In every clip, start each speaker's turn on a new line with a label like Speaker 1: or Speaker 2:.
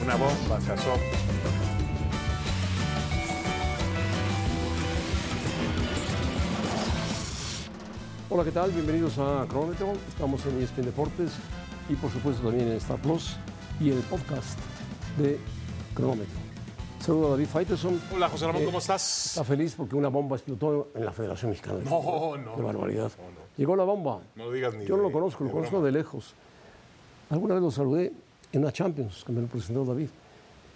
Speaker 1: Una bomba cazó.
Speaker 2: Hola, ¿qué tal? Bienvenidos a Cronetron. Estamos en E ESPN Deportes y por supuesto también en Star Plus y en el podcast de Cronómetro. Saludo a David Faiteson.
Speaker 1: Hola, José Ramón,
Speaker 2: Eh,
Speaker 1: ¿cómo estás?
Speaker 2: Está feliz porque una bomba explotó en la Federación Mexicana. de Fútbol.
Speaker 1: no,
Speaker 2: Qué
Speaker 1: no,
Speaker 2: barbaridad. Llegó la bomba.
Speaker 1: No lo digas ni
Speaker 2: Yo no
Speaker 1: de-
Speaker 2: lo conozco, lo
Speaker 1: de
Speaker 2: conozco de lejos. Alguna vez lo saludé en una Champions, que me lo presentó David.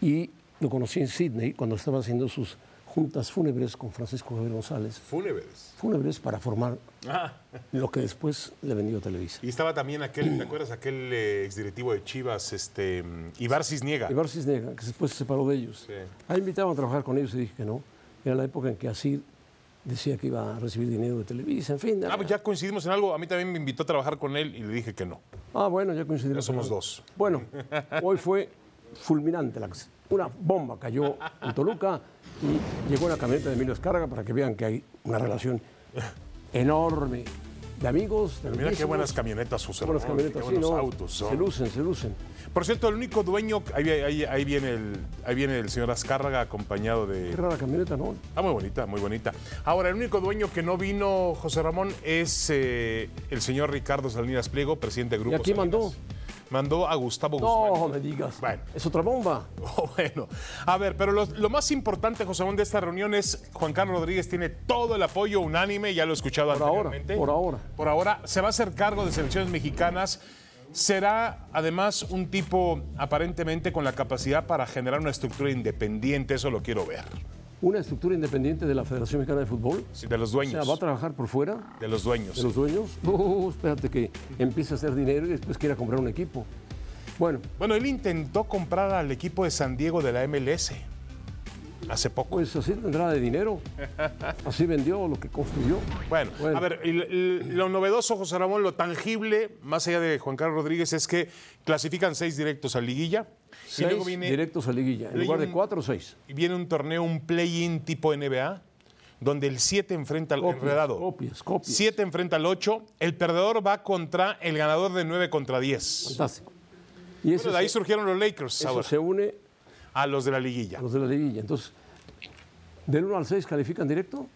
Speaker 2: Y lo conocí en Sydney cuando estaba haciendo sus juntas fúnebres con Francisco Javier González.
Speaker 1: Fúnebres.
Speaker 2: Fúnebres para formar
Speaker 1: Ah,
Speaker 2: lo que después le vendió Televisa.
Speaker 1: y estaba también aquel, ¿te acuerdas? Aquel eh, exdirectivo de Chivas, este, mm, Ibar Cisniega.
Speaker 2: Ibar Cisnega, que después se separó de ellos.
Speaker 1: Sí.
Speaker 2: Ahí invitaban a trabajar con ellos y dije que no. Era la época en que así decía que iba a recibir dinero de Televisa, en fin.
Speaker 1: Ah, pues ya coincidimos en algo. A mí también me invitó a trabajar con él y le dije que no.
Speaker 2: Ah, bueno, ya coincidimos.
Speaker 1: Ya somos
Speaker 2: en algo.
Speaker 1: dos.
Speaker 2: Bueno, hoy fue fulminante. la- Una bomba cayó en Toluca y llegó una camioneta de Emilio Escarga para que vean que hay una relación enorme de amigos. De
Speaker 1: Mira qué
Speaker 2: amiguísimos.
Speaker 1: buenas camionetas, José
Speaker 2: Qué buenas
Speaker 1: Ramón,
Speaker 2: camionetas,
Speaker 1: qué
Speaker 2: sí,
Speaker 1: buenos
Speaker 2: ¿no?
Speaker 1: autos. son.
Speaker 2: Se lucen, se lucen.
Speaker 1: Por cierto, el único dueño, ahí, ahí- ahí viene, el, ahí viene el señor Azcárraga acompañado de...
Speaker 2: Qué rara camioneta, ¿no?
Speaker 1: Ah, muy bonita, muy bonita. Ahora, el único dueño que no vino, José Ramón, es eh, el señor Ricardo Salinas Pliego, presidente de Grupo
Speaker 2: ¿Y a quién
Speaker 1: Salinas.
Speaker 2: mandó?
Speaker 1: Mandó a Gustavo Guzmán.
Speaker 2: No me digas.
Speaker 1: Bueno.
Speaker 2: Es otra bomba.
Speaker 1: Oh, bueno, a ver, pero lo, lo más importante, José Ramón, de esta reunión es Juan Carlos Rodríguez tiene todo el apoyo unánime, ya lo he escuchado
Speaker 2: Por ahora,
Speaker 1: anteriormente.
Speaker 2: por ahora.
Speaker 1: Por ahora, se va a hacer cargo de selecciones mexicanas. Será además un tipo aparentemente con la capacidad para generar una estructura independiente, eso lo quiero ver.
Speaker 2: Una estructura independiente de la Federación Mexicana de Fútbol.
Speaker 1: Sí, de los
Speaker 2: O
Speaker 1: dueños.
Speaker 2: sea, va a trabajar por fuera
Speaker 1: de los dueños.
Speaker 2: de los dueños. No, espérate que empiece a hacer dinero y después quiera comprar un equipo. Bueno,
Speaker 1: Bueno, él intentó comprar al equipo de San Diego de la MLS hace poco.
Speaker 2: Pues así tendrá de dinero. Así vendió lo que construyó.
Speaker 1: Bueno,
Speaker 2: Bueno.
Speaker 1: a ver, el- el- lo novedoso, José Ramón, lo tangible, más allá de Juan Carlos Rodríguez, es que clasifican seis directos a liguilla. y
Speaker 2: Seis
Speaker 1: luego viene,
Speaker 2: directos a liguilla. En
Speaker 1: Leí
Speaker 2: lugar de
Speaker 1: un-
Speaker 2: cuatro, seis.
Speaker 1: viene un torneo, un play-in tipo NBA, donde el 7 enfrenta al
Speaker 2: Copias,
Speaker 1: enredado.
Speaker 2: copias, copias.
Speaker 1: 7 enfrenta al 8. El perdedor va contra el ganador de 9 contra 10.
Speaker 2: Fantástico. Y eso,
Speaker 1: Bueno, de ahí
Speaker 2: se,
Speaker 1: surgieron los Lakers
Speaker 2: eso
Speaker 1: ahora,
Speaker 2: se une
Speaker 1: a los de la liguilla.
Speaker 2: a los de la liguilla. Entonces, del 1 al 6 califican directo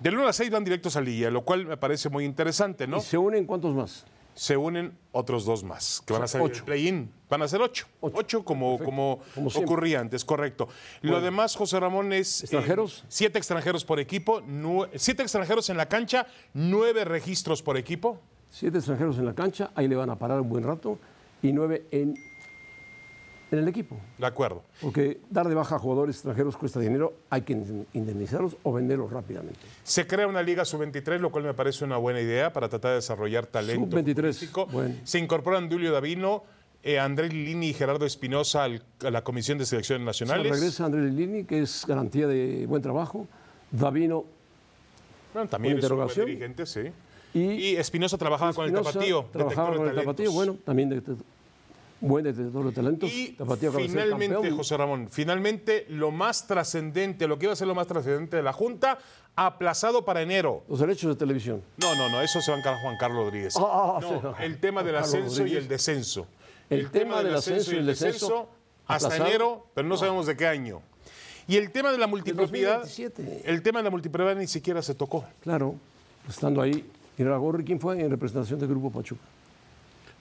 Speaker 1: Del 1 a 6 van directos a Liguilla, lo cual me parece muy interesante, ¿no?
Speaker 2: y se unen cuántos más.
Speaker 1: Se unen otros dos más, que van a ser el
Speaker 2: ocho.
Speaker 1: play-in. Van a ser ocho. Ocho,
Speaker 2: Ocho.
Speaker 1: como, como,
Speaker 2: Como siempre.
Speaker 1: ocurría antes, correcto. Lo demás, José Ramón, es... eh,
Speaker 2: ¿Extranjeros?
Speaker 1: siete extranjeros por equipo, nue- siete extranjeros en la cancha, nueve registros por equipo.
Speaker 2: Siete extranjeros en la cancha, ahí le van a parar un buen rato. Y nueve en, en el equipo.
Speaker 1: De acuerdo.
Speaker 2: Porque dar de baja a jugadores extranjeros cuesta dinero, hay que indemnizarlos o venderlos rápidamente.
Speaker 1: Se crea una liga sub-23, lo cual me parece una buena idea para tratar de desarrollar talento.
Speaker 2: Sub-23,
Speaker 1: futbolístico.
Speaker 2: bueno.
Speaker 1: Se incorporan Julio Davino, eh, André Lini y Gerardo Espinosa al- a la Comisión de Selecciones
Speaker 2: O sea,
Speaker 1: Nacionales.
Speaker 2: regresa Andrés Lilini, que es garantía de buen trabajo. Davino
Speaker 1: Bueno, también
Speaker 2: Una
Speaker 1: es un buen
Speaker 2: interrogación.
Speaker 1: dirigente, sí.
Speaker 2: y,
Speaker 1: Y Espinosa trabajaba con el
Speaker 2: Espinosa
Speaker 1: Tapatío.
Speaker 2: Trabajaba
Speaker 1: detector
Speaker 2: con
Speaker 1: de
Speaker 2: el
Speaker 1: talentos.
Speaker 2: Tapatío, bueno, también detector- buen detector de talentos.
Speaker 1: Y
Speaker 2: tapatío acaba de ser
Speaker 1: finalmente,
Speaker 2: campeón.
Speaker 1: José Ramón, finalmente lo más trascendente, lo que iba a ser lo más trascendente de la Junta, aplazado para enero.
Speaker 2: Los derechos de televisión.
Speaker 1: No, no, no, eso se va a encargar Juan Carlos Rodríguez.
Speaker 2: Ah,
Speaker 1: no,
Speaker 2: sí, no.
Speaker 1: el tema del
Speaker 2: Juan Carlos
Speaker 1: ascenso y
Speaker 2: Rodríguez.
Speaker 1: el descenso.
Speaker 2: El tema del ascenso y el descenso,
Speaker 1: hasta
Speaker 2: aplazado.
Speaker 1: enero, pero no, sabemos de qué año. Y el tema de la multipropiedad,
Speaker 2: 2027.
Speaker 1: el tema de la multipropiedad ni siquiera se tocó.
Speaker 2: Claro, estando ahí. Y Gorri, ¿quién fue en representación del Grupo Pachuca?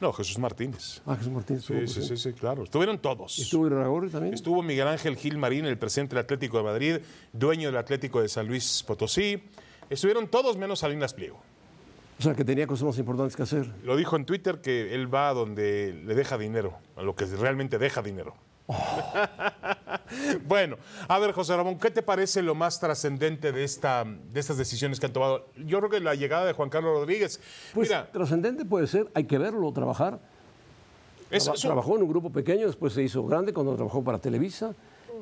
Speaker 1: No, Jesús Martínez.
Speaker 2: Ah, Jesús Martínez.
Speaker 1: Sí,
Speaker 2: estuvo
Speaker 1: sí,
Speaker 2: presente.
Speaker 1: sí, sí, claro. Estuvieron todos.
Speaker 2: Estuvo Irra Gorri también.
Speaker 1: Estuvo Miguel Ángel Gil Marín, el presidente del Atlético de Madrid, dueño del Atlético de San Luis Potosí. Estuvieron todos menos Salinas Pliego.
Speaker 2: O sea, que tenía cosas más importantes que hacer.
Speaker 1: Lo dijo en Twitter que él va a donde le deja dinero, a lo que realmente deja dinero. bueno, a ver, José Ramón, ¿qué te parece lo más trascendente de, esta, de estas decisiones que han tomado? Yo creo que la llegada de Juan Carlos Rodríguez.
Speaker 2: Pues
Speaker 1: Mira,
Speaker 2: trascendente puede ser, hay que verlo, trabajar.
Speaker 1: es,
Speaker 2: Traba-
Speaker 1: es un-
Speaker 2: Trabajó en un grupo pequeño, después se hizo grande cuando trabajó para Televisa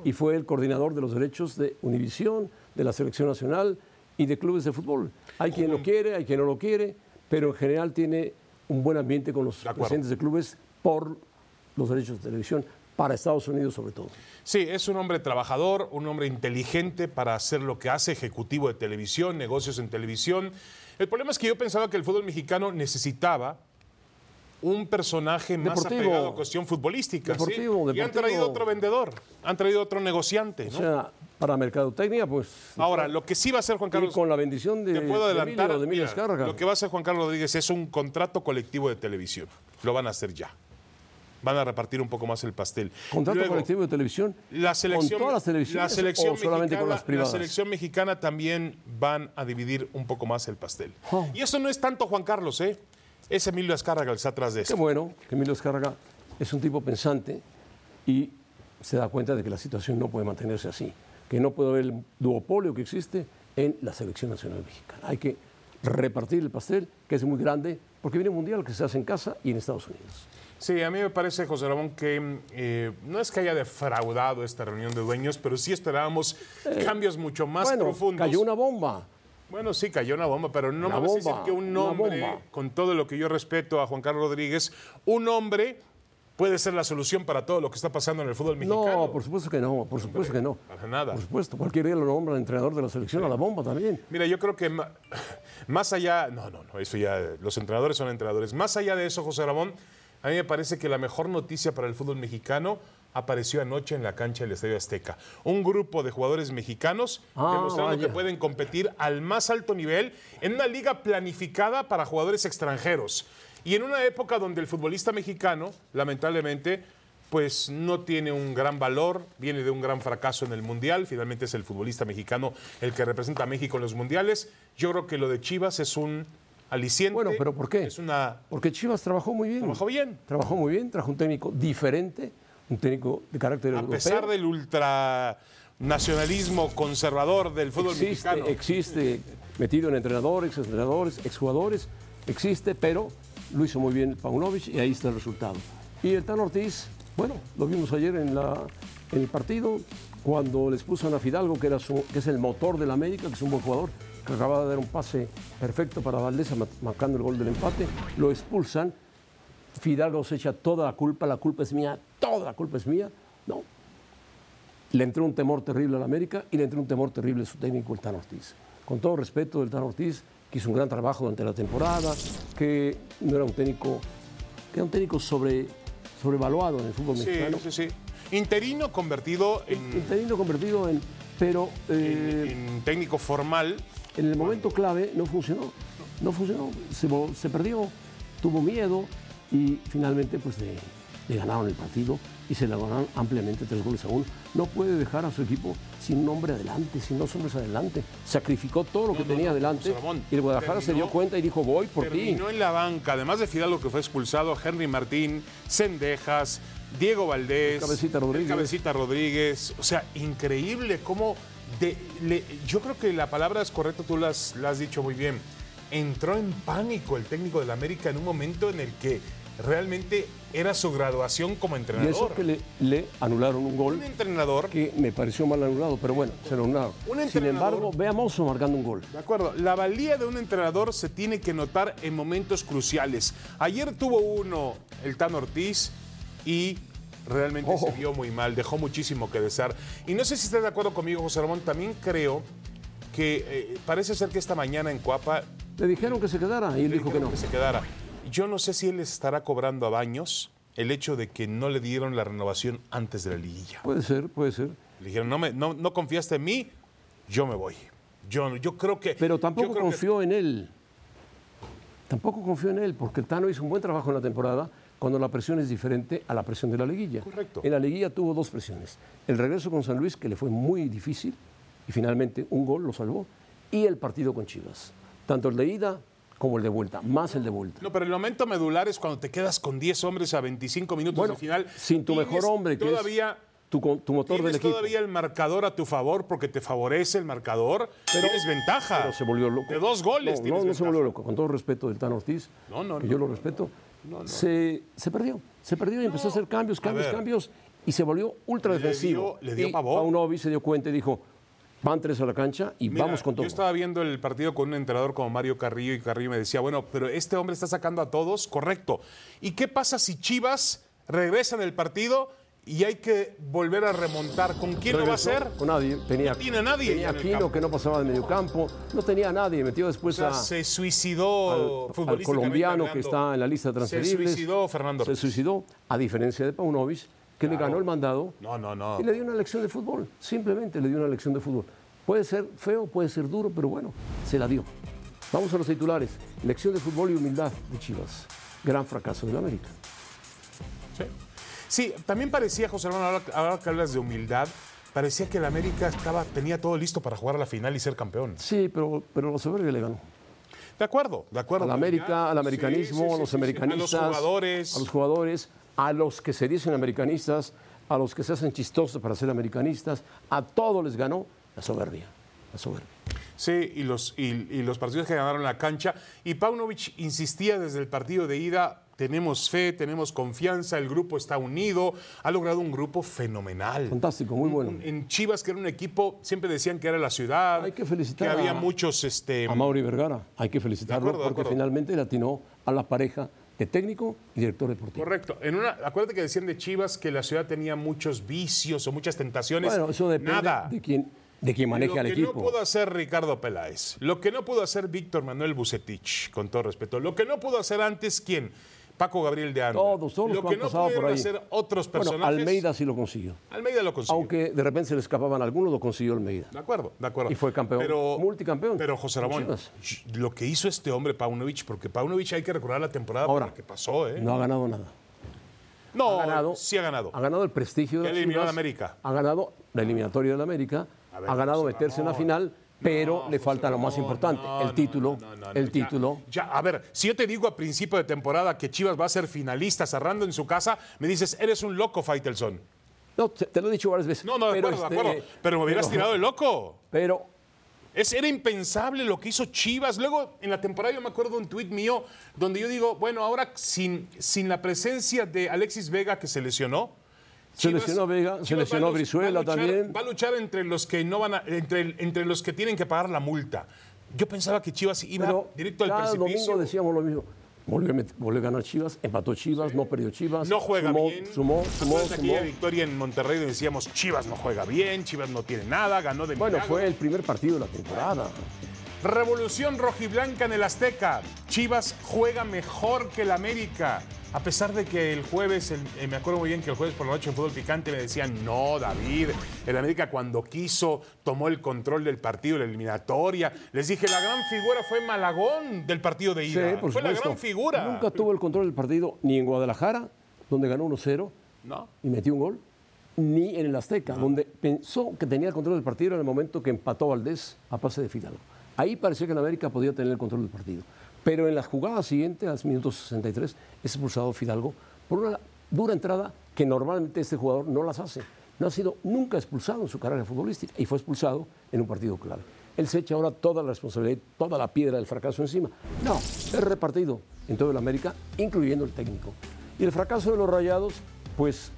Speaker 2: y fue el coordinador de los derechos de Univisión, de la Selección Nacional y de clubes de fútbol. Hay quien lo quiere, hay quien no lo quiere, pero en general tiene un buen ambiente con los
Speaker 1: De acuerdo.
Speaker 2: presidentes de clubes por los derechos de televisión, para Estados Unidos sobre todo.
Speaker 1: Sí, es un hombre trabajador, un hombre inteligente para hacer lo que hace, ejecutivo de televisión, negocios en televisión. El problema es que yo pensaba que el fútbol mexicano necesitaba un personaje más
Speaker 2: Deportivo.
Speaker 1: apegado a cuestión futbolística. ¿sí?
Speaker 2: Deportivo,
Speaker 1: Y han
Speaker 2: deportivo.
Speaker 1: traído otro vendedor, han traído otro negociante.
Speaker 2: O
Speaker 1: ¿no?
Speaker 2: sea, para mercadotecnia, pues.
Speaker 1: Ahora, lo que sí va a hacer Juan
Speaker 2: y
Speaker 1: Ah, Carlos,
Speaker 2: con la bendición de.
Speaker 1: te puedo
Speaker 2: de
Speaker 1: adelantar,
Speaker 2: Emilio, de Emilio
Speaker 1: mira,
Speaker 2: Escárraga.
Speaker 1: lo que va a hacer Juan Carlos Rodríguez es un contrato colectivo de televisión. Lo van a hacer ya. Van a repartir un poco más el pastel.
Speaker 2: Contrato
Speaker 1: Luego,
Speaker 2: colectivo de televisión.
Speaker 1: La selección,
Speaker 2: Con todas las
Speaker 1: la
Speaker 2: televisiones.
Speaker 1: selección
Speaker 2: o solamente
Speaker 1: mexicana,
Speaker 2: con las privadas.
Speaker 1: La selección mexicana también van a dividir un poco más el pastel.
Speaker 2: Oh.
Speaker 1: Y eso no es tanto Juan Carlos, ¿eh? Es Emilio Azcárraga el que está atrás de
Speaker 2: Qué
Speaker 1: esto.
Speaker 2: bueno que Emilio Escárraga es un tipo pensante y se da cuenta de que la situación no puede mantenerse así, que no puede haber el duopolio que existe en la selección nacional mexicana. Hay que repartir el pastel, que es muy grande, porque viene un mundial que se hace en casa y en Estados Unidos.
Speaker 1: Sí, a mí me parece, José Ramón, que eh, no es que haya defraudado esta reunión de dueños, pero sí esperábamos cambios mucho más
Speaker 2: Eh, bueno,
Speaker 1: profundos.
Speaker 2: cayó una bomba.
Speaker 1: Bueno, sí, cayó una bomba, pero no
Speaker 2: Una
Speaker 1: me vas a decir
Speaker 2: bomba,
Speaker 1: que un
Speaker 2: una
Speaker 1: hombre,
Speaker 2: bomba.
Speaker 1: con todo lo que yo respeto a Juan Carlos Rodríguez, un hombre puede ser la solución para todo lo que está pasando en el fútbol mexicano.
Speaker 2: No, por supuesto que no, por supuesto que no.
Speaker 1: para nada.
Speaker 2: Por supuesto, cualquier día lo nombra el entrenador de la selección a la bomba también.
Speaker 1: Mira, yo creo que ma- más allá, no, no, no, eso ya, los entrenadores son entrenadores. Más allá de eso, José Ramón, a mí me parece que la mejor noticia para el fútbol mexicano apareció anoche en la cancha del Estadio Azteca. Un grupo de jugadores mexicanos
Speaker 2: Ah,
Speaker 1: demostrando que
Speaker 2: vaya.
Speaker 1: pueden competir al más alto nivel en una liga planificada para jugadores extranjeros. Y en una época donde el futbolista mexicano, lamentablemente, pues no tiene un gran valor, viene de un gran fracaso en el Mundial, finalmente es el futbolista mexicano el que representa a México en los Mundiales. Yo creo que lo de Chivas es un aliciente.
Speaker 2: Bueno, pero ¿por qué?
Speaker 1: Es una...
Speaker 2: Porque Chivas trabajó muy bien.
Speaker 1: Trabajó bien.
Speaker 2: Trabajó muy bien, trajo un técnico diferente, un técnico de carácter
Speaker 1: A
Speaker 2: europeo.
Speaker 1: pesar del ultranacionalismo conservador del fútbol
Speaker 2: existe,
Speaker 1: mexicano.
Speaker 2: existe, metido en entrenadores, exentrenadores, exjugadores, existe, pero lo hizo muy bien Paunovic y ahí está el resultado. Y el Tan Ortiz, bueno, lo vimos ayer en, la, en el partido, cuando les puso a Fidalgo, que, era su- que es el motor del América, que es un buen jugador, que acaba de dar un pase perfecto para Valdés ma- marcando el gol del empate, lo expulsan, Fidalgo se echa toda la culpa, la culpa es mía, toda la culpa es mía. No, le entró un temor terrible al América y le entró un temor terrible a su técnico, el Tan Ortiz. Con todo respeto, el Tan Ortiz, que hizo un gran trabajo durante la temporada, que no era un técnico, que era un técnico sobre, sobrevaluado en el fútbol
Speaker 1: Sí,
Speaker 2: mexicano.
Speaker 1: sí, sí. Interino convertido en
Speaker 2: El técnico convertido en. Pero eh,
Speaker 1: en técnico formal.
Speaker 2: en el momento clave no funcionó. No funcionó. Se, vo- se perdió, tuvo miedo y finalmente pues le, le ganaron el partido y se le ganaron ampliamente tres goles a uno. No puede dejar a su equipo sin un hombre adelante, sin dos hombres adelante. Sacrificó todo lo que tenía adelante
Speaker 1: José Ramón,
Speaker 2: y el Guadalajara se dio
Speaker 1: terminó-
Speaker 2: cuenta y dijo voy por ti.
Speaker 1: terminó en la banca, además de Fidalgo que fue expulsado, Henry Martín, Cendejas, Diego Valdés,
Speaker 2: Cabecita Rodríguez.
Speaker 1: el Cabecita Rodríguez. O sea, increíble cómo. de- le- yo creo que la palabra es correcta, tú la has- la has dicho muy bien. Entró en pánico el técnico del América en un momento en el que realmente era su graduación como
Speaker 2: Y eso
Speaker 1: entrenador.
Speaker 2: que le, le anularon un gol
Speaker 1: Un entrenador
Speaker 2: que me pareció mal anulado, pero bueno, se lo anularon.
Speaker 1: Un
Speaker 2: Sin
Speaker 1: entrenador-
Speaker 2: embargo, ve a Mozo marcando un gol.
Speaker 1: De acuerdo, la valía de un entrenador se tiene que notar en momentos cruciales. Ayer tuvo uno, el Tan Ortiz, y realmente se
Speaker 2: Ojo.
Speaker 1: vio muy mal, dejó muchísimo que desear. Y no sé si estás de acuerdo conmigo, José Ramón, también creo que eh, parece ser que esta mañana en Cuapa
Speaker 2: Le dijeron que se quedara y él dijo que
Speaker 1: dijeron
Speaker 2: no.
Speaker 1: que se quedara. Yo no sé si él estará cobrando a Baños el hecho de que no le dieron la renovación antes de la liguilla.
Speaker 2: Puede ser, puede ser.
Speaker 1: Le dijeron, no, me, no, no confiaste en mí, yo me voy. Yo, yo creo que...
Speaker 2: Pero
Speaker 1: yo
Speaker 2: tampoco
Speaker 1: creo que-
Speaker 2: confió en él. Tampoco confió en él, porque el Tano hizo un buen trabajo en la temporada cuando la presión es diferente a la presión de la liguilla.
Speaker 1: Correcto.
Speaker 2: En la liguilla tuvo dos presiones. El regreso con San Luis, que le fue muy difícil, y finalmente un gol lo salvó, y el partido con Chivas. Tanto el de ida como el de vuelta, más el de vuelta.
Speaker 1: No, pero el momento medular es cuando te quedas con 10 hombres a 25 minutos
Speaker 2: Bueno,
Speaker 1: del final.
Speaker 2: sin tu
Speaker 1: Tienes
Speaker 2: mejor hombre, que es
Speaker 1: todavía,
Speaker 2: tu, co- tu motor del
Speaker 1: Tienes
Speaker 2: equipo.
Speaker 1: todavía el marcador a tu favor porque te favorece el marcador. tienes ventaja.
Speaker 2: Pero se volvió loco.
Speaker 1: De dos goles
Speaker 2: No, No,
Speaker 1: tienes
Speaker 2: no, se
Speaker 1: ventaja.
Speaker 2: volvió loco. Con todo respeto del Tan Ortiz,
Speaker 1: No, no,
Speaker 2: que
Speaker 1: no,
Speaker 2: yo lo respeto, Se, se perdió. Se perdió y empezó a hacer cambios, cambios,
Speaker 1: ver.
Speaker 2: cambios. Y se volvió ultra defensivo.
Speaker 1: dio- le dio
Speaker 2: y
Speaker 1: pavor.
Speaker 2: Paunovic se dio cuenta y dijo, van tres a la cancha y
Speaker 1: Mira,
Speaker 2: vamos con todo.
Speaker 1: Yo estaba viendo el partido con un entrenador como Mario Carrillo y Carrillo me decía, bueno, pero este hombre está sacando a todos, correcto. ¿Y qué pasa si Chivas regresa en el partido y hay que volver a remontar. ¿Con quién lo va a
Speaker 2: Regresó
Speaker 1: hacer?
Speaker 2: Con nadie. Tenía,
Speaker 1: No tiene a nadie
Speaker 2: Tenía
Speaker 1: en el
Speaker 2: Aquino
Speaker 1: campo.
Speaker 2: que no pasaba de medio campo. No tenía a nadie. Metió
Speaker 1: O
Speaker 2: después
Speaker 1: sea,
Speaker 2: a-
Speaker 1: se
Speaker 2: al-
Speaker 1: suicidó
Speaker 2: al,
Speaker 1: futbolísticamente
Speaker 2: colombiano que
Speaker 1: hablando.
Speaker 2: está en la lista de
Speaker 1: Se
Speaker 2: transferibles.
Speaker 1: suicidó Fernando.
Speaker 2: Se
Speaker 1: Ortiz.
Speaker 2: suicidó, a diferencia de Paunovic, que le ganó el mandado
Speaker 1: No, no, no.
Speaker 2: y le dio una lección de fútbol. Simplemente le dio una lección de fútbol. Puede ser feo, puede ser duro, pero bueno, se la dio. Vamos a los titulares. Lección de fútbol y humildad de Chivas. Gran fracaso del América.
Speaker 1: Sí. Sí, también parecía, José Hermano, ahora, ahora que hablas de humildad, parecía que el América estaba, tenía todo listo para jugar a la final y ser campeón.
Speaker 2: Sí, pero, pero la soberbia le ganó.
Speaker 1: De acuerdo, de acuerdo.
Speaker 2: Al América, al
Speaker 1: Sí,
Speaker 2: americanismo,
Speaker 1: sí, sí,
Speaker 2: a los
Speaker 1: sí, sí.
Speaker 2: americanistas.
Speaker 1: A los jugadores.
Speaker 2: A los jugadores, a los que se dicen americanistas, a los que se hacen chistosos para ser americanistas, a todos les ganó la soberbia. La soberbia.
Speaker 1: Sí, y los, y, y los partidos que ganaron la cancha. Y Paunovic insistía desde el partido de ida, tenemos fe, tenemos confianza, el grupo está unido, ha logrado un grupo fenomenal.
Speaker 2: Fantástico, muy bueno.
Speaker 1: En Chivas, que era un equipo, siempre decían que era la ciudad.
Speaker 2: Hay que felicitar
Speaker 1: Que había
Speaker 2: a-
Speaker 1: muchos, este...
Speaker 2: A Mauri Vergara, hay que felicitarlo
Speaker 1: De acuerdo, de
Speaker 2: porque
Speaker 1: acuerdo.
Speaker 2: finalmente le atinó a la pareja de técnico y director deportivo.
Speaker 1: Correcto. En una, acuérdate que decían de Chivas que la ciudad tenía muchos vicios o muchas tentaciones.
Speaker 2: Bueno, eso depende
Speaker 1: Nada.
Speaker 2: de quién de quien maneje
Speaker 1: lo
Speaker 2: al
Speaker 1: que
Speaker 2: equipo.
Speaker 1: no pudo hacer Ricardo Peláez, lo que no pudo hacer Víctor Manuel Bucetich, con todo respeto, lo que no pudo hacer antes, ¿quién? Paco Gabriel de Anda.
Speaker 2: Todos, todos los
Speaker 1: lo
Speaker 2: que
Speaker 1: que
Speaker 2: han
Speaker 1: no
Speaker 2: pasado por
Speaker 1: pudieron
Speaker 2: ahí.
Speaker 1: hacer otros personajes.
Speaker 2: Bueno, Almeida sí lo consiguió.
Speaker 1: Almeida lo consiguió.
Speaker 2: Aunque de repente se le escapaban algunos, lo consiguió Almeida.
Speaker 1: De acuerdo, de acuerdo.
Speaker 2: Y fue campeón, multicampeón.
Speaker 1: Pero José Ramón,
Speaker 2: Con Chivas.
Speaker 1: sh- lo que hizo este hombre Paunovic, porque Paunovic hay que recordar la temporada por
Speaker 2: Ahora,
Speaker 1: la que pasó, ¿eh?
Speaker 2: No ha ganado nada.
Speaker 1: No,
Speaker 2: ha ganado,
Speaker 1: sí ha ganado.
Speaker 2: Ha ganado el prestigio de
Speaker 1: Ya
Speaker 2: las
Speaker 1: eliminó a la
Speaker 2: Chivas,
Speaker 1: América.
Speaker 2: Ha ganado la eliminatoria de la América.
Speaker 1: A ver,
Speaker 2: ha ganado
Speaker 1: José
Speaker 2: meterse en la
Speaker 1: Ramón.
Speaker 2: final, pero le falta lo más
Speaker 1: No,
Speaker 2: importante,
Speaker 1: no,
Speaker 2: el
Speaker 1: no,
Speaker 2: título.
Speaker 1: no, no, no,
Speaker 2: el
Speaker 1: ya,
Speaker 2: título.
Speaker 1: Ya, a ver, si yo te digo a principio de temporada que Chivas va a ser finalista cerrando en su casa, me dices, eres un loco, Faitelson.
Speaker 2: No, te, te lo he dicho varias veces.
Speaker 1: No, no, de
Speaker 2: pero
Speaker 1: acuerdo, de
Speaker 2: este,
Speaker 1: acuerdo. Pero me hubieras
Speaker 2: pero-
Speaker 1: tirado de loco.
Speaker 2: Pero
Speaker 1: Es, era impensable lo que hizo Chivas. Luego, en la temporada, yo me acuerdo un tuit mío donde yo digo, bueno, ahora sin, sin la presencia de Alexis Vega que se lesionó.
Speaker 2: Se lesionó Vega, se
Speaker 1: va
Speaker 2: lesionó
Speaker 1: a luch-
Speaker 2: Brizuela
Speaker 1: va a luchar-
Speaker 2: también.
Speaker 1: Va a luchar entre los que no van a- entre, el- entre los que tienen que pagar la multa. Yo pensaba que Chivas iba
Speaker 2: Pero
Speaker 1: directo al
Speaker 2: cada
Speaker 1: precipicio.
Speaker 2: domingo decíamos lo mismo. Volvió a, met- volvió a ganar Chivas, empató Chivas, no perdió Chivas.
Speaker 1: No juega
Speaker 2: sumó,
Speaker 1: bien.
Speaker 2: Sumó, sumó,
Speaker 1: Acuérdate
Speaker 2: sumó.
Speaker 1: aquella victoria en Monterrey donde decíamos Chivas no juega bien, Chivas no tiene nada, ganó de
Speaker 2: Bueno,
Speaker 1: milagro.
Speaker 2: fue el primer partido de la temporada.
Speaker 1: Revolución rojiblanca en el Azteca. Chivas juega mejor que el América. A pesar de que el jueves, el- eh, me acuerdo muy bien que el jueves por la noche en Fútbol Picante me decían, no, David, el América cuando quiso tomó el control del partido, la eliminatoria. Les dije, la gran figura fue Malagón del partido de
Speaker 2: Sí,
Speaker 1: ida.
Speaker 2: por
Speaker 1: fue la
Speaker 2: supuesto.
Speaker 1: gran figura.
Speaker 2: Nunca tuvo el control del partido ni en Guadalajara, donde ganó 1-0
Speaker 1: No.
Speaker 2: y metió un gol, ni en el Azteca, donde pensó que tenía el control del partido en el momento que empató Valdés a pase de Fidalgo. Ahí parecía que el América podía tener el control del partido. Pero en la jugada siguiente, al minuto 63, es expulsado Fidalgo por una dura entrada que normalmente este jugador no las hace. No ha sido nunca expulsado en su carrera futbolística y fue expulsado en un partido clave. Él se echa ahora toda la responsabilidad, toda la piedra del fracaso encima. No, es repartido en todo el América, incluyendo el técnico. Y el fracaso de los rayados, pues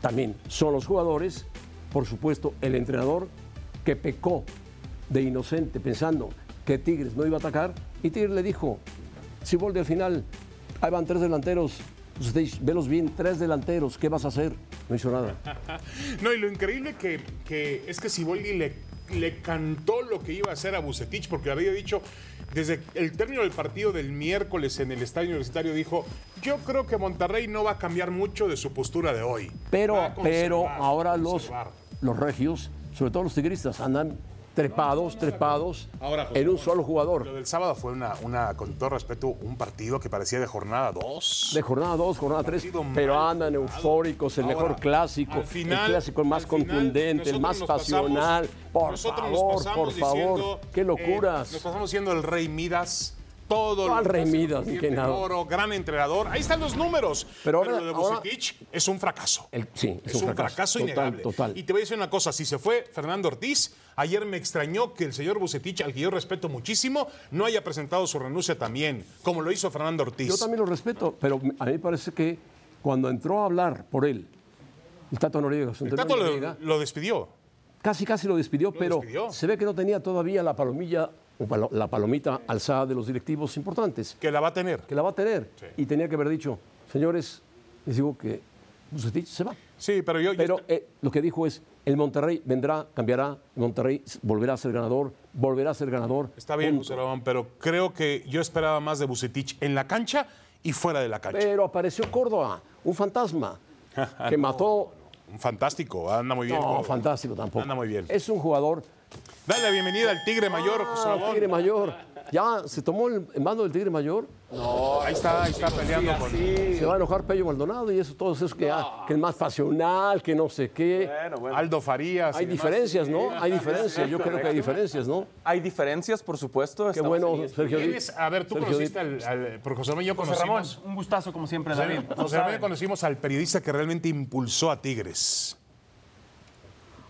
Speaker 2: también son los jugadores, por supuesto el entrenador que pecó de inocente pensando que Tigres no iba a atacar y Tigres le dijo, si vuelve al final, ahí van tres delanteros, ustedes velos bien, tres delanteros, ¿qué vas a hacer? No hizo nada.
Speaker 1: No, y lo increíble que, que es que Siboldi le, le cantó lo que iba a hacer a Bucetich, porque había dicho, desde el término del partido del miércoles en el estadio universitario, dijo: Yo creo que Monterrey no va a cambiar mucho de su postura de hoy.
Speaker 2: Pero,
Speaker 1: Va a conservar,
Speaker 2: pero ahora los,
Speaker 1: conservar.
Speaker 2: los regios, sobre todo los tigristas, andan trepados, trepados
Speaker 1: Ahora, José
Speaker 2: en un
Speaker 1: Ramón,
Speaker 2: solo
Speaker 1: Lo
Speaker 2: jugador.
Speaker 1: del sábado fue una, una, con todo respeto, un partido que parecía de jornada 2.
Speaker 2: De jornada 2, jornada 3,
Speaker 1: partido mal
Speaker 2: pero andan
Speaker 1: jugado.
Speaker 2: eufóricos, el
Speaker 1: Ahora,
Speaker 2: mejor clásico,
Speaker 1: al final-
Speaker 2: el clásico más
Speaker 1: al final,
Speaker 2: contundente,
Speaker 1: nosotros
Speaker 2: el más
Speaker 1: nos pasamos-
Speaker 2: pasional. Por
Speaker 1: nosotros nos
Speaker 2: favor,
Speaker 1: pasamos
Speaker 2: por favor,
Speaker 1: diciendo,
Speaker 2: qué
Speaker 1: eh,
Speaker 2: locuras.
Speaker 1: nos pasamos siendo el Rey Midas. Todo
Speaker 2: ¿Cuál
Speaker 1: que
Speaker 2: Rey
Speaker 1: hace con
Speaker 2: Midas? Ni
Speaker 1: Guillermo
Speaker 2: que nada.
Speaker 1: Oro, gran entrenador. Ahí están los números.
Speaker 2: Pero ahora-
Speaker 1: lo de
Speaker 2: ahora-
Speaker 1: Vucetich es un fracaso.
Speaker 2: El- sí,
Speaker 1: es, un fracaso,
Speaker 2: total,
Speaker 1: innegable.
Speaker 2: total.
Speaker 1: Y te voy a decir una cosa, si se fue Fernando Ortiz, ayer me extrañó que el señor Bucetich, al que yo respeto muchísimo, no haya presentado su renuncia también, como lo hizo Fernando Ortiz.
Speaker 2: Yo también lo respeto, pero a mí me parece que cuando entró a hablar por él, el Tato Noriega, su
Speaker 1: El
Speaker 2: entrenador
Speaker 1: Tato lo,
Speaker 2: Noriega,
Speaker 1: lo despidió.
Speaker 2: casi casi lo despidió, pero
Speaker 1: despidió.
Speaker 2: se ve que no tenía todavía la palomilla, o palo- la palomita alzada de los directivos importantes,
Speaker 1: Que la va a tener.
Speaker 2: que la va a tener. Y tenía que haber dicho, señores, les digo que Bucetich se va.
Speaker 1: Sí, pero yo... yo-
Speaker 2: Pero eh, lo que dijo es, el Monterrey vendrá, cambiará, el Monterrey volverá a ser ganador, volverá a ser ganador.
Speaker 1: Está bien,
Speaker 2: punto.
Speaker 1: José Ramón, pero creo que yo esperaba más de Bucetich en la cancha y fuera de la cancha.
Speaker 2: Pero apareció Córdoba, un fantasma, que mató...
Speaker 1: Fantástico, ah, anda muy bien.
Speaker 2: No,
Speaker 1: Córdoba.
Speaker 2: fantástico tampoco.
Speaker 1: Anda muy bien.
Speaker 2: Es un jugador
Speaker 1: Dale la bienvenida al Tigre Mayor, José
Speaker 2: Ah,
Speaker 1: Ramón.
Speaker 2: Tigre Mayor. Ya se tomó el el mando del Tigre Mayor.
Speaker 1: Ahí está, ahí está peleando con...
Speaker 2: Se va a enojar Pello Maldonado y eso, todo eso que, ah, que es más pasional, que no sé qué.
Speaker 1: Aldo Farías.
Speaker 2: hay
Speaker 1: y demás.
Speaker 2: diferencias, ¿no? Hay diferencias. Yo creo que hay diferencias, ¿no?
Speaker 3: Hay diferencias, por supuesto.
Speaker 2: Qué bueno, Sergio.
Speaker 1: ¿Quién
Speaker 2: Di-
Speaker 1: es? A ver, tú
Speaker 2: Sergio
Speaker 1: conociste al, al- porque José Ramón y yo
Speaker 4: José Ramón,
Speaker 1: conocimos.
Speaker 4: un gustazo como siempre,
Speaker 1: José
Speaker 4: David.
Speaker 1: Ramón- José Ramón y yo conocimos al periodista que realmente impulsó a Tigres,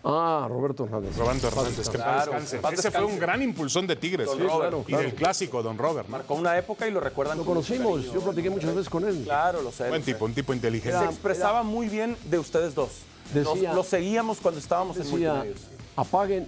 Speaker 2: Ah, Roberto Hernández.
Speaker 1: Roberto Hernández, que en paz
Speaker 3: Claro,
Speaker 1: descanse.
Speaker 3: en paz
Speaker 1: Ese fue un
Speaker 3: descanse.
Speaker 1: gran impulsón de Tigres.
Speaker 3: Don Robert.
Speaker 2: claro,
Speaker 1: y
Speaker 2: claro.
Speaker 1: del clásico, don Robert. ¿no?
Speaker 3: Marcó una época y lo recuerdan.
Speaker 2: Lo
Speaker 3: con mucho
Speaker 2: conocimos,
Speaker 3: cariño.
Speaker 2: yo platiqué muchas veces con él.
Speaker 3: Claro, lo sé.
Speaker 1: Buen
Speaker 3: lo sé.
Speaker 1: tipo, un tipo
Speaker 3: Se
Speaker 1: inteligente.
Speaker 3: expresaba muy bien de ustedes dos. Nos-
Speaker 2: Decía-
Speaker 3: los seguíamos cuando estábamos en
Speaker 2: Decía,
Speaker 3: multimedios.
Speaker 2: apaguen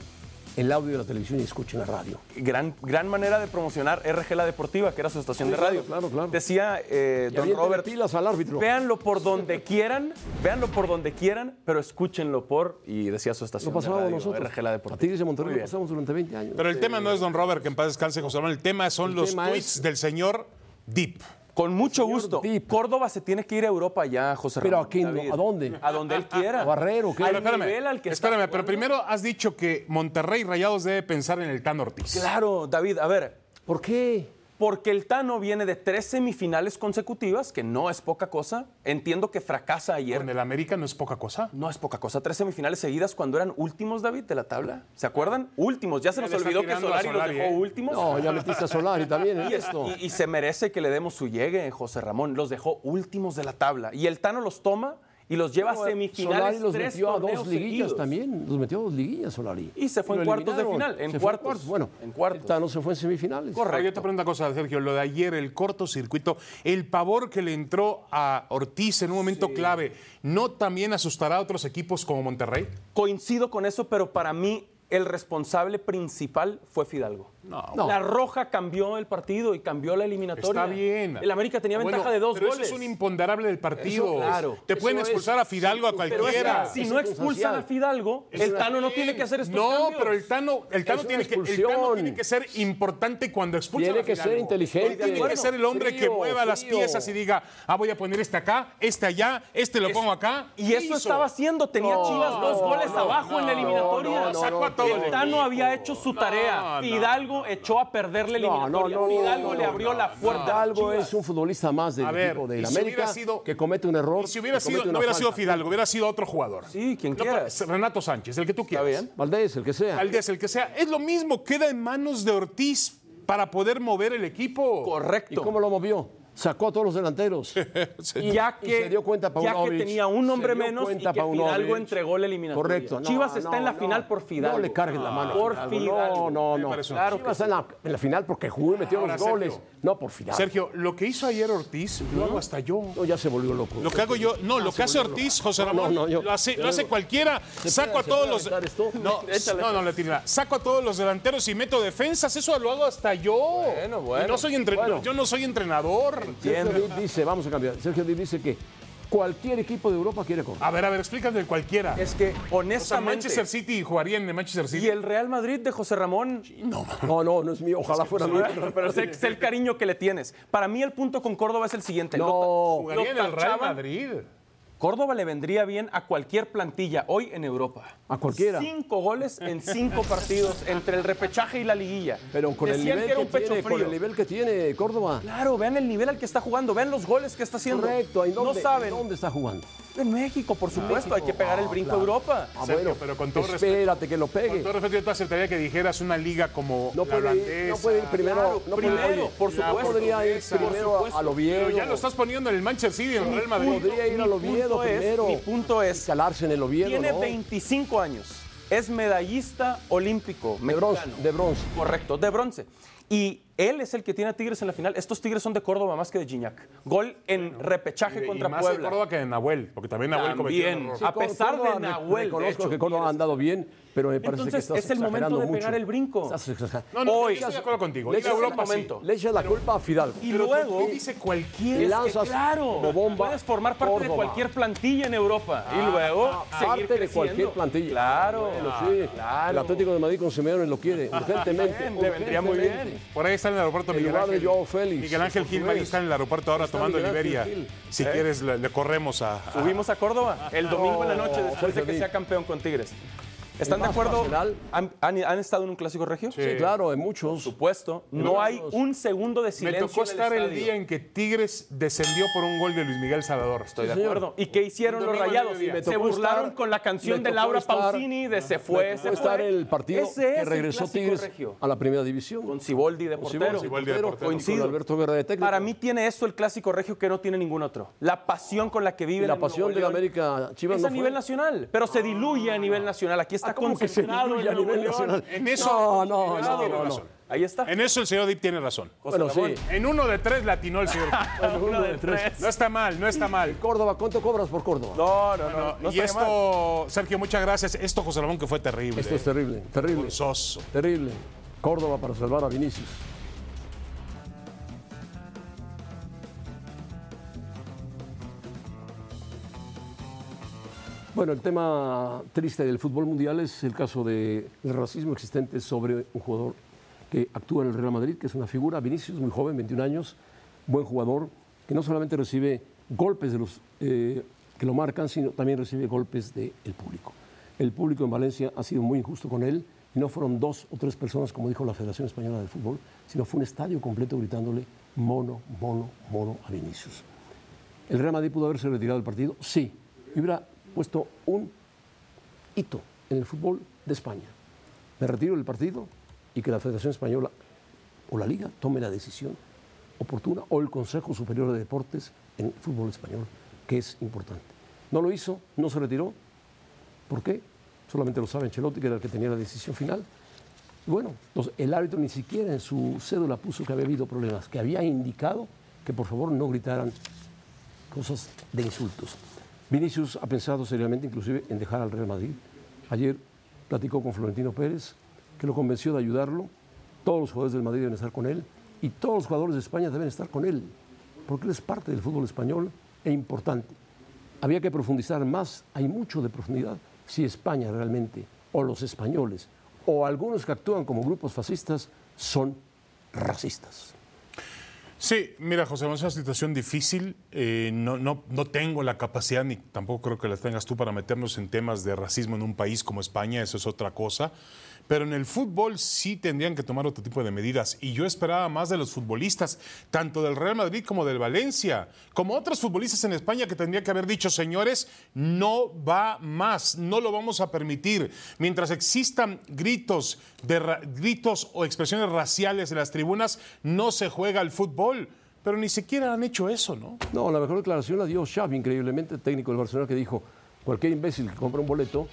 Speaker 2: el audio de la televisión y escuchen la radio.
Speaker 3: Gran, gran manera de promocionar RG La Deportiva, que era su estación de
Speaker 2: claro,
Speaker 3: radio.
Speaker 2: claro, claro.
Speaker 3: Decía eh,
Speaker 2: Y
Speaker 3: Don
Speaker 2: aviéntenle
Speaker 3: Robert,
Speaker 2: pilas al árbitro.
Speaker 3: véanlo por donde quieran, véanlo por donde quieran, pero escúchenlo por, y decía su
Speaker 2: Lo
Speaker 3: estación de
Speaker 2: pasábamos
Speaker 3: radio,
Speaker 2: nosotros.
Speaker 3: RG La
Speaker 2: A
Speaker 3: Deportiva.
Speaker 2: Tigres de Monterrey
Speaker 3: Muy
Speaker 2: lo
Speaker 3: bien.
Speaker 2: pasamos durante 20 años.
Speaker 1: Pero el tema no es don Robert, que en paz descanse, José Ramón. El tema son los
Speaker 2: tema
Speaker 1: tweets
Speaker 2: es-
Speaker 1: del señor Deep.
Speaker 3: Con mucho gusto.
Speaker 2: Deep.
Speaker 3: Córdoba se tiene que ir a Europa ya, José
Speaker 2: Pero
Speaker 3: Ramón,
Speaker 2: ¿a quién?
Speaker 3: David.
Speaker 2: ¿A dónde?
Speaker 3: A donde él quiera.
Speaker 2: ¿A Barrero? ¿Qué?
Speaker 3: Al
Speaker 1: Pero espérame,
Speaker 3: nivel al que está
Speaker 1: espérame, pero
Speaker 3: jugando.
Speaker 1: primero has dicho que Monterrey Rayados debe pensar en el Tan Ortiz.
Speaker 3: Claro, David, a ver,
Speaker 2: ¿Por qué?
Speaker 3: porque el Tano viene de tres semifinales consecutivas, que no es poca cosa. Entiendo que fracasa ayer.
Speaker 1: Con el América no es poca cosa.
Speaker 3: No es poca cosa. Tres semifinales seguidas cuando eran últimos, David, de la tabla. ¿Se acuerdan? Últimos. Ya
Speaker 1: Ya
Speaker 3: se nos
Speaker 1: le está
Speaker 3: olvidó que
Speaker 1: tirando a
Speaker 3: Solari, los
Speaker 1: Solari,
Speaker 3: dejó
Speaker 1: ¿eh?
Speaker 3: últimos.
Speaker 2: No, ya metiste a Solari también en
Speaker 3: Y,
Speaker 2: esto.
Speaker 3: y- y se merece que le demos su llegue, José Ramón. Los dejó últimos de la tabla. Y el Tano los toma y los lleva a semifinales.
Speaker 2: eh, Solari los
Speaker 3: tres
Speaker 2: metió a dos
Speaker 3: torneos
Speaker 2: liguillas
Speaker 3: seguidos.
Speaker 2: también, los metió a dos liguillas Solari.
Speaker 3: Y se fue
Speaker 2: lo
Speaker 3: en cuartos de
Speaker 2: eliminaron.
Speaker 3: final, en
Speaker 2: Se fue
Speaker 3: cuartos.
Speaker 2: Bueno,
Speaker 3: En cuartos.
Speaker 2: el Tano se fue en semifinales.
Speaker 1: Ahora, Ah, Yo te
Speaker 3: Correcto.
Speaker 1: pregunto una cosa, Sergio, lo de ayer, el cortocircuito, el pavor que le entró a Ortiz en un momento clave, ¿no también asustará a otros equipos como Monterrey?
Speaker 3: Coincido con eso, pero para mí el responsable principal fue Fidalgo.
Speaker 2: No.
Speaker 3: La Roja cambió el partido y cambió la eliminatoria.
Speaker 1: Está bien.
Speaker 3: El América tenía
Speaker 1: Bueno,
Speaker 3: ventaja de dos
Speaker 1: pero
Speaker 3: goles.
Speaker 1: Eso es un imponderable del partido.
Speaker 3: Eso, claro.
Speaker 1: Te
Speaker 2: Eso
Speaker 1: pueden
Speaker 2: es.
Speaker 1: expulsar a Fidalgo a
Speaker 3: Pero es que
Speaker 1: cualquiera.
Speaker 3: si
Speaker 2: Es
Speaker 3: no expulsan
Speaker 2: circunstancial.
Speaker 3: a Fidalgo,
Speaker 2: Es
Speaker 3: el
Speaker 2: una-
Speaker 3: Tano no tiene que hacer estos
Speaker 1: No,
Speaker 3: cambios.
Speaker 1: pero el Tano, el Tano
Speaker 2: Es una
Speaker 1: tiene que, el
Speaker 2: expulsión.
Speaker 1: Tano tiene que ser importante cuando expulsa
Speaker 2: Tiene que ser inteligente.
Speaker 1: Él tiene que
Speaker 2: Bueno,
Speaker 1: ser el hombre que
Speaker 2: frío,
Speaker 1: mueva las
Speaker 2: frío.
Speaker 1: piezas y diga, ah, voy a poner este acá, este allá, este lo pongo acá.
Speaker 3: Y eso estaba haciendo, tenía Chivas dos goles abajo en la eliminatoria.
Speaker 1: no, no, Sacó a no, todo el
Speaker 3: el Tano había hecho su tarea. Fidalgo echó a perder la
Speaker 2: No, no,
Speaker 3: eliminatoria.
Speaker 2: no, no,
Speaker 3: Fidalgo
Speaker 2: no,
Speaker 3: le abrió la puerta. a
Speaker 2: Fidalgo
Speaker 3: Chivas.
Speaker 2: es un futbolista más del
Speaker 1: A ver,
Speaker 2: equipo de
Speaker 1: y
Speaker 2: la
Speaker 1: si
Speaker 2: América
Speaker 1: hubiera sido-
Speaker 2: que comete un error.
Speaker 1: Y si hubiera
Speaker 2: que comete
Speaker 1: sido,
Speaker 2: una
Speaker 1: no hubiera sido
Speaker 2: falta.
Speaker 1: Fidalgo, hubiera sido otro jugador.
Speaker 3: Sí, quien
Speaker 1: No,
Speaker 3: quiera.
Speaker 1: pero Renato Sánchez, el que tú quieras.
Speaker 3: bien.
Speaker 2: Valdés, el que sea.
Speaker 1: Aldez, el que sea. Es lo mismo, queda en manos de Ortiz para poder mover el equipo.
Speaker 2: ¿Y
Speaker 3: Correcto.
Speaker 2: cómo lo movió? Sacó a todos los delanteros.
Speaker 3: Y ya
Speaker 2: Y
Speaker 3: que,
Speaker 2: se dio cuenta
Speaker 3: ya
Speaker 2: Paunovic.
Speaker 3: que tenía un
Speaker 2: Se
Speaker 3: hombre
Speaker 2: dio
Speaker 3: menos y
Speaker 2: cuenta
Speaker 3: que
Speaker 2: Paunovic.
Speaker 3: Fidalgo entregó la eliminatoria.
Speaker 2: Correcto. No,
Speaker 3: Chivas está en la
Speaker 2: no,
Speaker 3: final
Speaker 2: no.
Speaker 3: por Fidalgo.
Speaker 2: No le cargues la mano. a
Speaker 3: Por
Speaker 2: Fidalgo. No,
Speaker 3: Fidalgo.
Speaker 2: no,
Speaker 1: Me
Speaker 2: no.
Speaker 1: parece una
Speaker 2: Chivas está en la, en la final porque jugó y metió
Speaker 1: Ahora,
Speaker 2: los goles.
Speaker 1: Sergio.
Speaker 2: No por Fidalgo.
Speaker 1: Sergio, lo que hizo ayer Ortiz, lo hago hasta yo.
Speaker 2: No, ya se volvió loco.
Speaker 1: Lo que hago yo, no, lo que hace Ortiz, José
Speaker 2: No,
Speaker 1: Ramón,
Speaker 2: no, no, yo-
Speaker 1: lo hace,
Speaker 2: yo
Speaker 1: lo hace
Speaker 2: digo-
Speaker 1: cualquiera. Saco a
Speaker 2: se
Speaker 1: todos
Speaker 2: puede
Speaker 1: los.
Speaker 2: aventar esto?
Speaker 1: No, no, no le tiene nada. Saco a todos los delanteros y meto defensas. Eso lo hago hasta yo.
Speaker 3: Bueno, bueno.
Speaker 1: Y no soy entre-
Speaker 2: Bueno.
Speaker 1: Yo no soy entrenador.
Speaker 2: Sergio Dib dice, vamos a cambiar. Sergio Dib dice que cualquier equipo de Europa quiere con.
Speaker 1: A ver, a ver, explícate cualquiera.
Speaker 3: Es que,
Speaker 1: O sea,
Speaker 3: honestamente,
Speaker 1: Manchester City jugaría en el Manchester
Speaker 3: y
Speaker 1: City.
Speaker 3: el Real Madrid de José Ramón,
Speaker 2: No, no, no es mío. Ojalá fuera mío.
Speaker 3: pero sé, sé el cariño que le tienes. Para mí el punto con Córdoba es el siguiente.
Speaker 2: No.
Speaker 3: Lo ta- lo
Speaker 1: Jugaría en el Real
Speaker 3: tachaban-
Speaker 1: Madrid.
Speaker 3: Córdoba le vendría bien a cualquier plantilla hoy en Europa.
Speaker 2: A cualquiera.
Speaker 3: Cinco goles en cinco partidos entre el repechaje y la liguilla.
Speaker 2: Pero con el,
Speaker 3: Decían
Speaker 2: nivel
Speaker 3: que era
Speaker 2: que
Speaker 3: un pecho
Speaker 2: tiene, con
Speaker 3: frío.
Speaker 2: el nivel que tiene Córdoba.
Speaker 3: Claro, vean el nivel al que está jugando, vean los goles que está haciendo.
Speaker 2: Correcto. ¿En dónde,
Speaker 3: no saben.
Speaker 2: en ¿Dónde está jugando?
Speaker 3: En México, por supuesto, hay que pegar el brinco a Europa.
Speaker 2: Ah,
Speaker 1: Sergio,
Speaker 2: bueno,
Speaker 1: pero con todo respeto-
Speaker 2: espérate que lo
Speaker 1: Con
Speaker 2: pegue.
Speaker 1: todo respeto, yo te aceptaría que dijeras una liga como
Speaker 2: No
Speaker 1: la
Speaker 2: puede, ir, no
Speaker 1: holandesa.
Speaker 2: puede ir primero,
Speaker 3: Claro,
Speaker 2: no
Speaker 3: primero,
Speaker 2: puede, oye,
Speaker 3: por
Speaker 2: no
Speaker 3: supuesto.
Speaker 2: podría ir
Speaker 1: Por
Speaker 2: primero a-
Speaker 3: supuesto.
Speaker 2: a lo viejo.
Speaker 1: Pero ya lo estás poniendo en el Manchester City, en el Real Madrid.
Speaker 2: Podría ir al Oviedo
Speaker 3: punto es-
Speaker 2: primero.
Speaker 3: mi punto es-
Speaker 2: Y Calarse en el Oviedo.
Speaker 3: Tiene
Speaker 2: ¿no?
Speaker 3: 25 años, es medallista olímpico,
Speaker 2: De bronce,
Speaker 3: mexicano.
Speaker 2: de bronce.
Speaker 3: Correcto, de bronce. Y Él es el que tiene a Tigres en la final. Estos Tigres son de Córdoba más que de Gignac. Gol en repechaje contra
Speaker 1: y más de
Speaker 3: Puebla.
Speaker 1: Córdoba que de Nahuel, porque también Nahuel cometió un
Speaker 3: También.
Speaker 1: error.
Speaker 3: A pesar de
Speaker 2: Córdoba, re-
Speaker 3: Nahuel, de
Speaker 2: Reconozco
Speaker 3: hecho,
Speaker 2: que Córdoba ha andado bien, pero me parece
Speaker 3: Entonces,
Speaker 2: que estás
Speaker 3: es el momento
Speaker 2: exagerando
Speaker 3: de pegar
Speaker 2: mucho.
Speaker 3: el brinco.
Speaker 2: Estás exagerando.
Speaker 1: No, no,
Speaker 3: Hoy.
Speaker 1: yo estoy de acuerdo contigo.
Speaker 2: Le
Speaker 1: Ir a
Speaker 2: echas el
Speaker 1: Europa sí.
Speaker 3: momento.
Speaker 2: Le echas la culpa a Fidalgo.
Speaker 3: Y
Speaker 1: Pero
Speaker 3: luego,
Speaker 1: ¿por qué dice cualquier.
Speaker 3: Es que,
Speaker 2: lanzas
Speaker 3: claro,
Speaker 2: como bomba
Speaker 3: puedes formar parte de
Speaker 2: Córdoba. Ah,
Speaker 3: cualquier plantilla en Europa y luego seguir
Speaker 2: Parte de
Speaker 3: creciendo.
Speaker 2: cualquier plantilla.
Speaker 3: Claro,
Speaker 2: Bueno, sí.
Speaker 3: claro.
Speaker 2: El Atlético de Madrid con Simeone lo quiere, urgentemente.
Speaker 3: Bien, le vendría muy bien.
Speaker 1: Por ahí está en el aeropuerto
Speaker 2: En
Speaker 1: Miguel
Speaker 2: lugar de
Speaker 1: Ángel.
Speaker 2: Joao Félix,
Speaker 1: Miguel Ángel
Speaker 2: el
Speaker 1: Gil ahí
Speaker 2: portugués.
Speaker 1: está en el aeropuerto ahora
Speaker 2: está
Speaker 1: tomando
Speaker 2: Miguel Ángel
Speaker 1: Iberia.
Speaker 2: Gil.
Speaker 1: Si quieres, le, le corremos a. a-
Speaker 3: Subimos a Córdoba
Speaker 2: Ah.
Speaker 3: el domingo en la noche después
Speaker 2: Jorge
Speaker 3: de que
Speaker 2: Ortiz.
Speaker 3: sea campeón con Tigres. ¿Están de
Speaker 2: más
Speaker 3: acuerdo?
Speaker 2: pasional.
Speaker 3: ¿Han, han- han estado en un clásico regio?
Speaker 2: Sí, claro, hay muchos.
Speaker 3: Supuesto. No hay un segundo de
Speaker 1: me
Speaker 3: silencio.
Speaker 1: tocó
Speaker 3: en
Speaker 1: estar el
Speaker 3: estadio.
Speaker 1: día en que Tigres descendió por un gol de Luis Miguel Salvador.
Speaker 3: Estoy de acuerdo. ¿Y qué hicieron los
Speaker 1: Domingo al
Speaker 3: rayados?
Speaker 1: mediodía. Me
Speaker 3: Se
Speaker 2: tocó
Speaker 3: burlaron
Speaker 2: estar-
Speaker 3: con la canción
Speaker 2: me
Speaker 3: de
Speaker 2: tocó
Speaker 3: Laura
Speaker 2: estar-
Speaker 3: Pausini de Se fue, se
Speaker 2: Puede estar
Speaker 3: fue.
Speaker 2: el partido
Speaker 3: Ese es
Speaker 2: que
Speaker 3: el
Speaker 2: regresó
Speaker 3: clásico
Speaker 2: Tigres
Speaker 3: regio.
Speaker 2: a la primera división.
Speaker 3: Con Siboldi de portero.
Speaker 1: Siboldi. de portero.
Speaker 2: con
Speaker 3: Coincido.
Speaker 2: Alberto Guerra de técnico.
Speaker 3: Para mí tiene eso el clásico regio que no tiene ningún otro. La pasión con la que vive
Speaker 2: Y la pasión de la América Chivas
Speaker 3: Es
Speaker 2: no
Speaker 3: a
Speaker 2: fue.
Speaker 3: nivel nacional, pero se diluye a nivel nacional. Aquí está
Speaker 2: Ah, ¿cómo que se
Speaker 3: concentrado
Speaker 2: diluye a
Speaker 3: en Nuevo
Speaker 2: nivel
Speaker 3: León.
Speaker 2: nacional?
Speaker 1: En eso.
Speaker 2: No, no,
Speaker 1: en eso
Speaker 2: no,
Speaker 1: tiene
Speaker 2: no, no.
Speaker 1: razón.
Speaker 3: Ahí está.
Speaker 1: En eso el señor Dip tiene razón.
Speaker 2: Bueno, sí.
Speaker 1: En uno de tres la atinó el señor.
Speaker 2: Bueno, uno de tres.
Speaker 1: No está mal, no está mal.
Speaker 2: Córdoba, ¿cuánto cobras por Córdoba?
Speaker 3: No, no, no.
Speaker 1: Bueno,
Speaker 3: no
Speaker 1: y
Speaker 3: estaría mal.
Speaker 1: esto, Sergio, muchas gracias. Esto, José Ramón, que fue terrible.
Speaker 2: Esto es
Speaker 3: este,
Speaker 1: eh.
Speaker 2: terrible, terrible,
Speaker 1: Vergonzoso.
Speaker 2: terrible. Córdoba para salvar a Vinicius. Bueno, el tema triste del fútbol mundial es el caso del racismo existente sobre un jugador que actúa en el Real Madrid, que es una figura, Vinicius, muy joven, 21 años, buen jugador, que no solamente recibe golpes de los eh, que lo marcan, sino también recibe golpes del público. El público en Valencia ha sido muy injusto con él, y no fueron dos o tres personas, como dijo la Federación Española de Fútbol, sino fue un estadio completo gritándole mono, mono, mono a Vinicius. ¿El Real Madrid pudo haberse retirado del partido? Sí. Y hubiera puesto un hito en el fútbol de España. Me retiro del partido y que la Federación Española o la Liga tome la decisión oportuna o el Consejo Superior de Deportes en el fútbol español, que es importante. No lo hizo, no se retiró. ¿Por qué? Solamente lo sabe Ancelotti, que era el que tenía la decisión final. Y Bueno, entonces, el árbitro ni siquiera en su cédula puso que había habido problemas, que había indicado que por favor no gritaran cosas de insultos. Vinicius ha pensado seriamente inclusive en dejar al Real Madrid. Ayer platicó con Florentino Pérez, que lo convenció de ayudarlo. Todos los jugadores del Madrid deben estar con él y todos los jugadores de España deben estar con él, porque él es parte del fútbol español e importante. Había que profundizar más, hay mucho de profundidad, si España realmente, o los españoles, o algunos que actúan como grupos fascistas, son racistas.
Speaker 1: Sí, mira, José, Ramón, es una situación difícil. Eh, no, no, no tengo la capacidad, ni tampoco creo que la tengas tú, para meternos en temas de racismo en un país como España, eso es otra cosa. Pero en el fútbol sí tendrían que tomar otro tipo de medidas. Y yo esperaba más de los futbolistas, tanto del Real Madrid como del Valencia, como otros futbolistas en España que tendrían que haber dicho, señores, no va más, no lo vamos a permitir. Mientras existan gritos, de ra- gritos o expresiones raciales en las tribunas, no se juega al fútbol. Pero ni siquiera han hecho eso, ¿no?
Speaker 2: No, la mejor declaración la dio Xavi, increíblemente técnico del Barcelona, que dijo, cualquier imbécil que compra un boleto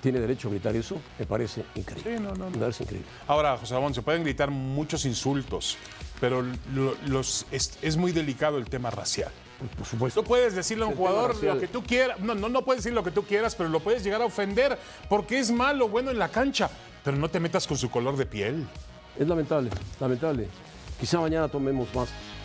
Speaker 2: tiene derecho a gritar eso, me parece increíble.
Speaker 1: Sí, no, no, no.
Speaker 2: Me parece increíble.
Speaker 1: Ahora, José Ramón, se pueden gritar muchos insultos, pero lo- los, es- es muy delicado el tema racial.
Speaker 2: Pues, Por supuesto.
Speaker 1: Tú puedes decirle a un
Speaker 2: El tema
Speaker 1: jugador
Speaker 2: racial.
Speaker 1: lo que tú quieras. No, no, no puedes decir lo que tú quieras, pero lo puedes llegar a ofender porque es malo, bueno en la cancha. Pero no te metas con su color de piel.
Speaker 2: Es lamentable, lamentable. Quizá mañana tomemos más.